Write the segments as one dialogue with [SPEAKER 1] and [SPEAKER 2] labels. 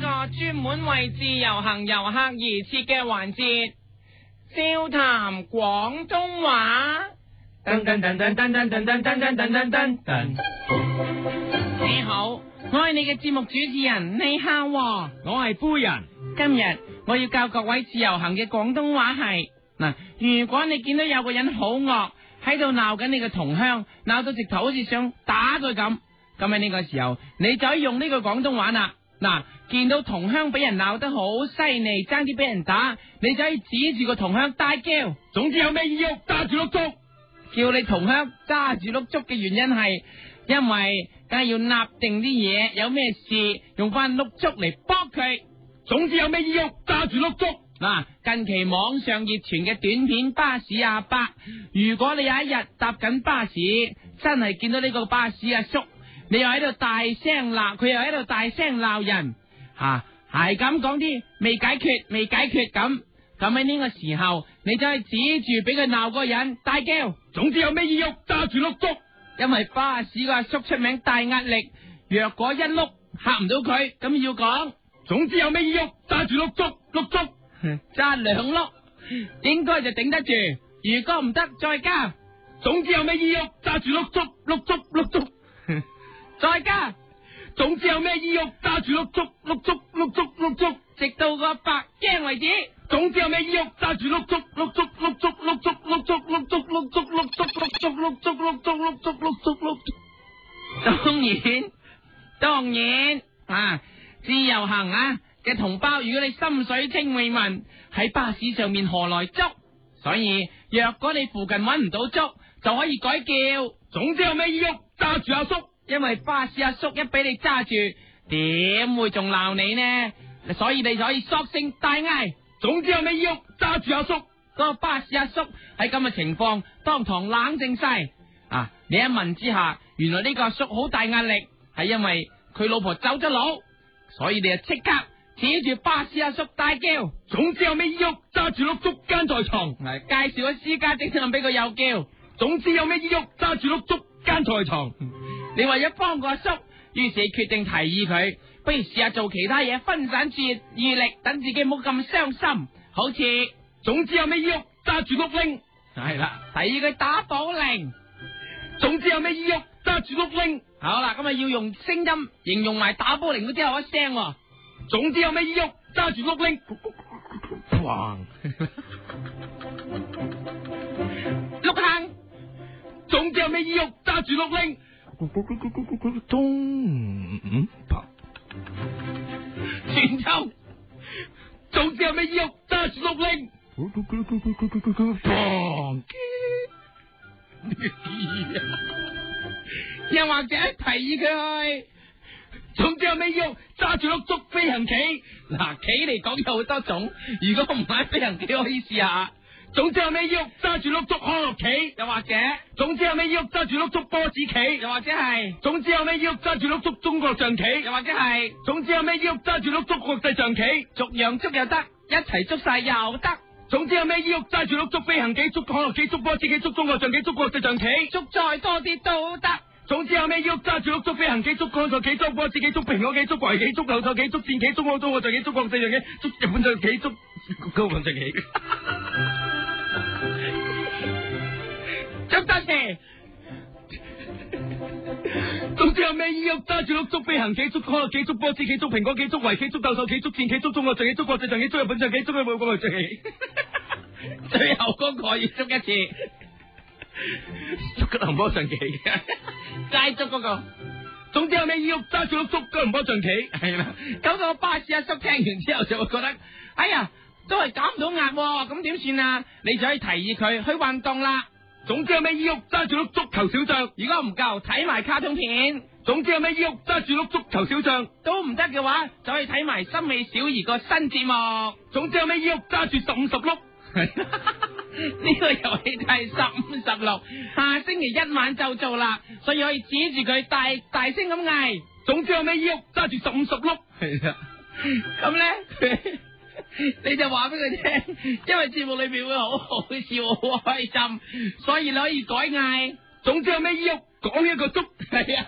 [SPEAKER 1] 個專門為自由行遊客而設嘅環節，笑談廣東話。
[SPEAKER 2] 噔噔噔噔噔噔噔噔噔噔噔噔。
[SPEAKER 1] 你好，我係你嘅節目主持人，你好喎。
[SPEAKER 2] 我係夫人，
[SPEAKER 1] 今日我要教各位自由行嘅廣東話係嗱，如果你見到有個人好惡喺度鬧緊你嘅同鄉，鬧到直頭好似想打佢咁，咁喺呢個時候你就可以用呢句廣東話啦。嗱，見到同鄉俾人鬧得好犀利，爭啲俾人打，你就可以指住個同鄉大叫。
[SPEAKER 2] 總之有咩意郁揸住碌竹。
[SPEAKER 1] 叫你同鄉揸住碌竹嘅原因係，因為梗係要立定啲嘢，有咩事用翻碌竹嚟搏佢。
[SPEAKER 2] 總之有咩意郁揸住碌竹。
[SPEAKER 1] 嗱，近期網上熱傳嘅短片巴士阿伯，如果你有一日搭緊巴士，真係見到呢個巴士阿叔，你又喺度大聲鬧，佢又喺度大聲鬧人，吓係咁講啲未解決、未解決咁，咁喺呢個時候，你就係指住俾佢鬧嗰個人大叫。
[SPEAKER 2] 總之有咩意郁揸住碌竹。
[SPEAKER 1] 因為巴士個阿叔出名大壓力，若果一碌嚇唔到佢，咁要講
[SPEAKER 2] 總之有咩意郁揸住碌竹碌竹。
[SPEAKER 1] 揸兩碌，應該就頂得住。如果唔得，再加，
[SPEAKER 2] 總之有咩意郁揸住碌竹碌竹碌竹。
[SPEAKER 1] 再加，
[SPEAKER 2] 總之有咩意郁揸住碌竹碌竹碌竹碌竹。
[SPEAKER 1] 直到個阿伯驚為止。
[SPEAKER 2] 總之有咩意郁揸住碌竹碌竹碌竹碌竹碌竹碌竹碌竹碌竹碌竹碌竹碌竹碌竹碌竹碌竹。
[SPEAKER 1] 當然，當然啊，自由行啊嘅同胞，如果你心水清未聞，喺巴士上面何來竹？所以若果你附近揾唔到竹，就可以改叫。
[SPEAKER 2] 總之有咩意郁揸住阿叔。
[SPEAKER 1] 因為巴士阿叔一俾你揸住，點會仲鬧你呢？所以你就可以索性大嗌，
[SPEAKER 2] 總之有咩意郁揸住阿叔。
[SPEAKER 1] 個巴士阿叔喺咁嘅情況，當堂冷靜晒。啊！你一問之下，原來呢個阿叔好大壓力，係因為佢老婆走咗佬，所以你就即刻指住巴士阿叔大叫。
[SPEAKER 2] 總之有咩意郁揸住碌竹間在床。
[SPEAKER 1] 介紹個私家偵探俾佢又叫。
[SPEAKER 2] 總之有咩意郁揸住碌竹間在床。
[SPEAKER 1] 你為咗幫個阿叔，於是決定提議佢，不如試下做其他嘢分散注意力，等自己冇咁傷心。好似
[SPEAKER 2] 總之有咩意郁揸住碌拎。
[SPEAKER 1] 係啦，提議佢打保齡。
[SPEAKER 2] 總之有咩意郁揸住碌拎。
[SPEAKER 1] 好啦，咁啊要用聲音形容埋打保齡嗰啲後一聲喎。
[SPEAKER 2] 總之有咩意郁揸住碌拎。
[SPEAKER 1] 砰！碌坑。
[SPEAKER 2] 總之有咩意郁揸住碌拎。
[SPEAKER 1] 咚！泉州。
[SPEAKER 2] 總之有咩意郁揸住碌拎。
[SPEAKER 1] 砰！又或者提議佢去。
[SPEAKER 2] 總之有咩意郁揸住碌竹飛行棋。
[SPEAKER 1] 嗱，棋嚟講有好多種，如果唔買飛行棋可以試下。
[SPEAKER 2] 總之有咩喐揸住碌竹康樂棋，
[SPEAKER 1] 又或者
[SPEAKER 2] 總之有咩喐揸住碌竹波子棋，
[SPEAKER 1] 又或者係
[SPEAKER 2] 總之有咩喐揸住碌竹中國象棋，
[SPEAKER 1] 又或者係
[SPEAKER 2] 總之有咩喐揸住碌竹國際象棋，
[SPEAKER 1] 逐樣捉又得，一齊捉晒又得。
[SPEAKER 2] 總之有咩喐揸住碌竹飛行棋、捉康樂棋、捉波子棋、捉中國象棋、捉國際象棋，
[SPEAKER 1] 捉再多啲都得。
[SPEAKER 2] 總之有咩喐揸住碌竹飛行棋、捉康樂棋、捉波子棋、捉蘋果棋、捉圍棋、捉柳手棋、捉戰棋、捉澳洲國象棋、捉國際象棋、捉日本象棋、捉 高國象棋，
[SPEAKER 1] 捉得蛇，
[SPEAKER 2] 總之有咩意郁揸住碌竹飛行棋、捉可樂棋、捉波子棋、捉蘋果棋、捉圍棋、捉鬥獸棋、捉戰棋、捉中國象棋、捉國際象棋、捉日本象棋、捉美國象棋，
[SPEAKER 1] 最後嗰個要捉一次，
[SPEAKER 2] 捉吉林波象棋嘅。
[SPEAKER 1] 齋捉嗰個。
[SPEAKER 2] 總之有咩意郁揸住碌竹吉林波象棋，係啦。
[SPEAKER 1] 咁個巴士阿叔聽完之後就會覺得，哎呀，都係減唔到壓喎，咁點算啊？你就可以提議佢去運動啦。
[SPEAKER 2] 總之有咩意郁揸住碌竹球小將，
[SPEAKER 1] 如果唔夠，睇埋卡通片。
[SPEAKER 2] 總之有咩意郁揸住碌竹球小將，
[SPEAKER 1] 都唔得嘅話，就可以睇埋森美小儀個新節目。
[SPEAKER 2] 總之有咩意郁揸住十五十 碌。
[SPEAKER 1] 呢個遊戲係十五十六，下星期一晚就做啦，所以可以指住佢大大聲咁嗌。
[SPEAKER 2] 總之有咩意郁揸住十五十碌。
[SPEAKER 1] 係啦，咁咧 你就話俾佢聽，因為節目裏邊會好好笑、好開心，所以你可以改嗌。啊
[SPEAKER 2] 總之有咩意郁講一個竹。
[SPEAKER 1] 係啊，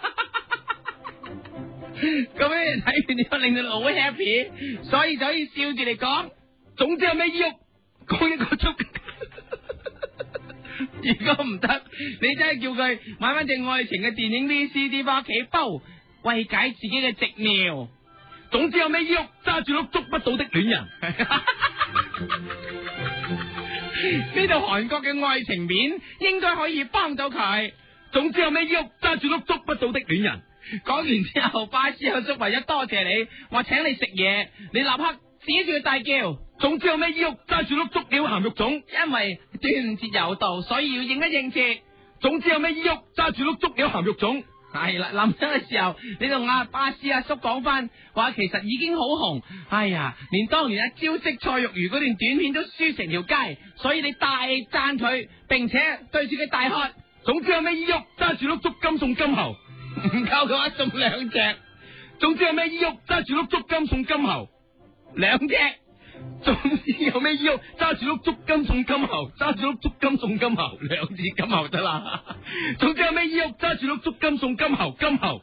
[SPEAKER 1] 咁咧睇完之後令到你好 happy，所以就可以笑住嚟講。
[SPEAKER 2] 總之有咩喐，講一個足。
[SPEAKER 1] 如果唔得，你真係叫佢買翻隻愛情嘅電影 VCD 翻屋企煲，慰解自己嘅寂寥。
[SPEAKER 2] 總之有咩喐，揸住碌捉不到的戀人。
[SPEAKER 1] 呢度韓國嘅愛情片應該可以幫到佢。
[SPEAKER 2] 總之有咩喐，揸住碌捉不到的戀人。
[SPEAKER 1] 講完之後，巴士有叔為咗多謝你，話請你食嘢，你立刻指住佢大叫。
[SPEAKER 2] 總之有咩喐，
[SPEAKER 3] 啊
[SPEAKER 2] 揸住碌捉了鹹肉粽。
[SPEAKER 1] 因為端午節有到，所以要應一應節。
[SPEAKER 2] 總之有咩喐，揸住碌捉了鹹肉粽。
[SPEAKER 1] 係啦，臨走嘅時候，你同阿巴士阿叔講翻，話其實已經好紅。哎呀，連當年阿招式蔡玉如嗰段短片都輸成條街，所以你大讚佢，並且對住佢大喝，
[SPEAKER 2] 總之有咩喐，揸住碌捉金送金猴。
[SPEAKER 1] 唔夠嘅話送兩隻，
[SPEAKER 2] 總之有咩喐，揸住碌捉金送金猴。
[SPEAKER 1] 兩隻。
[SPEAKER 2] 總之有咩喐，揸住碌捉金送金猴，揸住碌捉金送金猴，兩字金猴得啦。總之有咩喐，揸住碌捉金送金猴，金猴。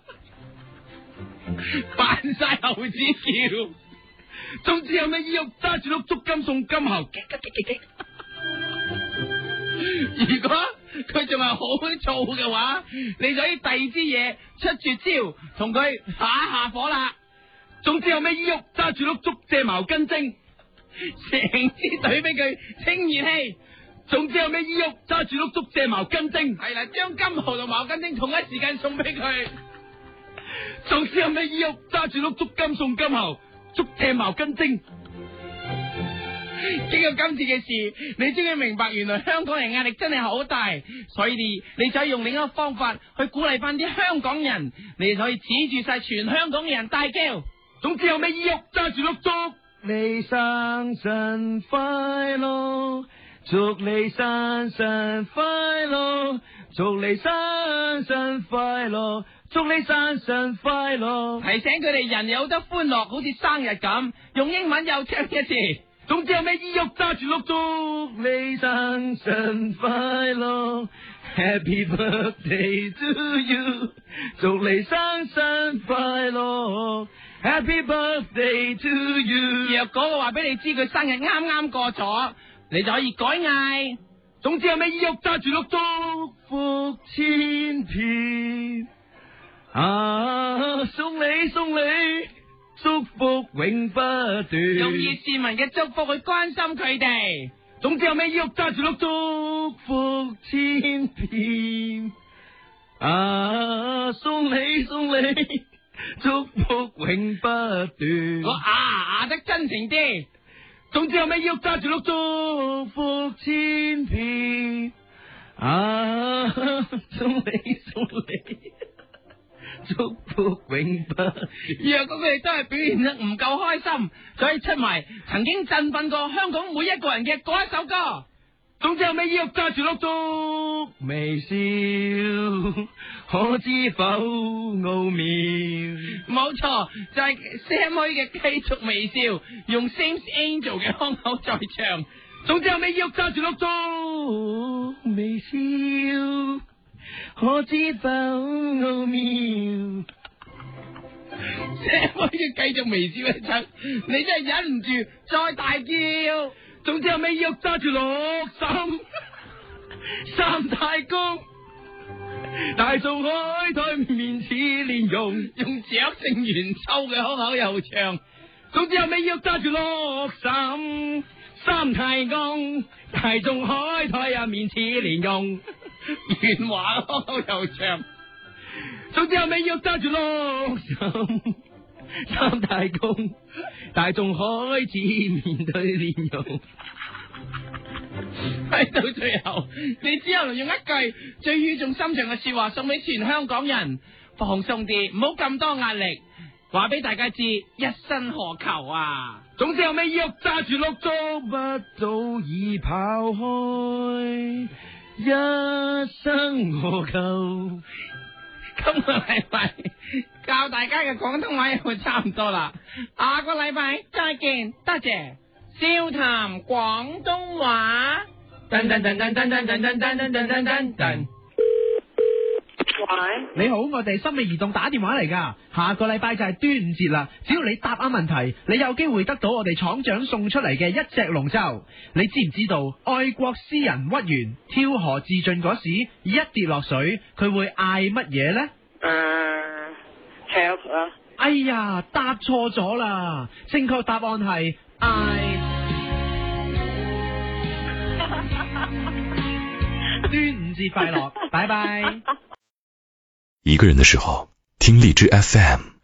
[SPEAKER 1] 扮晒猴子叫。
[SPEAKER 2] 總之有咩喐，揸住碌捉金送金猴。
[SPEAKER 1] 如果佢仲係好燥嘅話，你就可以第二支嘢出絕招，同佢打下火啦。
[SPEAKER 2] 總之有咩喐，揸住碌捉借毛巾精，
[SPEAKER 1] 成支隊俾佢清熱氣。
[SPEAKER 2] 總之有咩喐，揸住碌捉借毛巾精，
[SPEAKER 1] 係啦，將金毫同毛巾精同一時間送俾佢。
[SPEAKER 2] 總之有咩喐，揸住碌捉金送金猴，捉借毛巾精。
[SPEAKER 1] 經過今次嘅事，你終於明白原來香港人壓力真係好大，所以你你就用另一個方法去鼓勵翻啲香港人，你就可以指住晒全香港嘅人大叫。
[SPEAKER 2] 總之有咩喐，揸住碌捉。
[SPEAKER 3] 你生辰快樂，祝你生辰快樂，祝你生辰快樂，祝你生辰快樂。
[SPEAKER 1] 提醒佢哋人有得歡樂，好似生日咁，用英文又唱一次。
[SPEAKER 2] 總之有咩依喐揸住碌
[SPEAKER 3] 祝你生辰快樂，Happy birthday to you，祝你生辰快樂，Happy birthday to you。
[SPEAKER 1] 若果我話俾你知佢生日啱啱過咗，你就可以改嗌。
[SPEAKER 2] 總之有咩依喐揸住碌捉，
[SPEAKER 3] 福千遍啊！送你送你，祝福永不斷。
[SPEAKER 1] 用熱市民嘅祝福去關心佢哋。
[SPEAKER 2] 總之有咩依喐揸住碌捉，
[SPEAKER 3] 祝福千遍啊！送你送你，祝福永不斷。
[SPEAKER 1] 我啊啊得真誠啲。
[SPEAKER 2] 總之有咩依喐揸住碌捉，
[SPEAKER 3] 祝福 千遍啊！送你送 你，祝福永不
[SPEAKER 1] 若果佢哋都係表現得唔夠開心，就可以出埋曾經振奮過香港每一個人嘅嗰一首歌。
[SPEAKER 2] 總之有咩依喐揸住碌捉，
[SPEAKER 3] 微笑，可知否奧妙？
[SPEAKER 1] 冇錯，就係、Sam 虛嘅繼續微笑，用 Sam Angel 嘅腔口再唱。
[SPEAKER 2] 總之有咩依喐揸住碌捉。
[SPEAKER 3] 微笑，可知否奧妙？
[SPEAKER 1] Sam 虛嘅繼續微笑一陣，你真係忍唔住再大叫。
[SPEAKER 2] 總之有咩喐揸住六三三太公，大眾海灘面似蓮蓉，
[SPEAKER 1] 用雀性圓秋嘅腔口又唱，
[SPEAKER 2] 總之有咩喐揸住六三三太公，大眾海灘啊面似蓮蓉，
[SPEAKER 1] 原話腔口又唱，
[SPEAKER 2] 總之有咩喐揸住 六三三太公，大眾海似面對蓮蓉。
[SPEAKER 1] 喺到最後，你只能用一句最語重心長嘅說話送俾全香港人，放鬆啲，唔好咁多壓力，話俾大家知一生何求啊！
[SPEAKER 2] 總之有咩喐揸住碌
[SPEAKER 3] 捉不到已跑開，一生何求？
[SPEAKER 1] 今個禮拜教大家嘅廣東話又差唔多啦，下個禮拜再見，多謝。笑談廣東話。嗯
[SPEAKER 2] 噔噔噔噔噔噔噔噔噔噔噔噔。
[SPEAKER 4] 喂，
[SPEAKER 3] 你好，我哋心美移動打電話嚟噶，下個禮拜就係端午節啦。只要你答啱問題，你有機會得到我哋廠長送出嚟嘅一隻龍舟。你知唔知道愛國詩人屈原跳河自盡嗰時，一跌落水，佢會嗌乜嘢呢？
[SPEAKER 4] 誒，help 啊，
[SPEAKER 3] 哎呀，答錯咗啦！正確答案係嗌。端午節快樂，拜拜。
[SPEAKER 5] 一个人的时候，听荔枝 FM。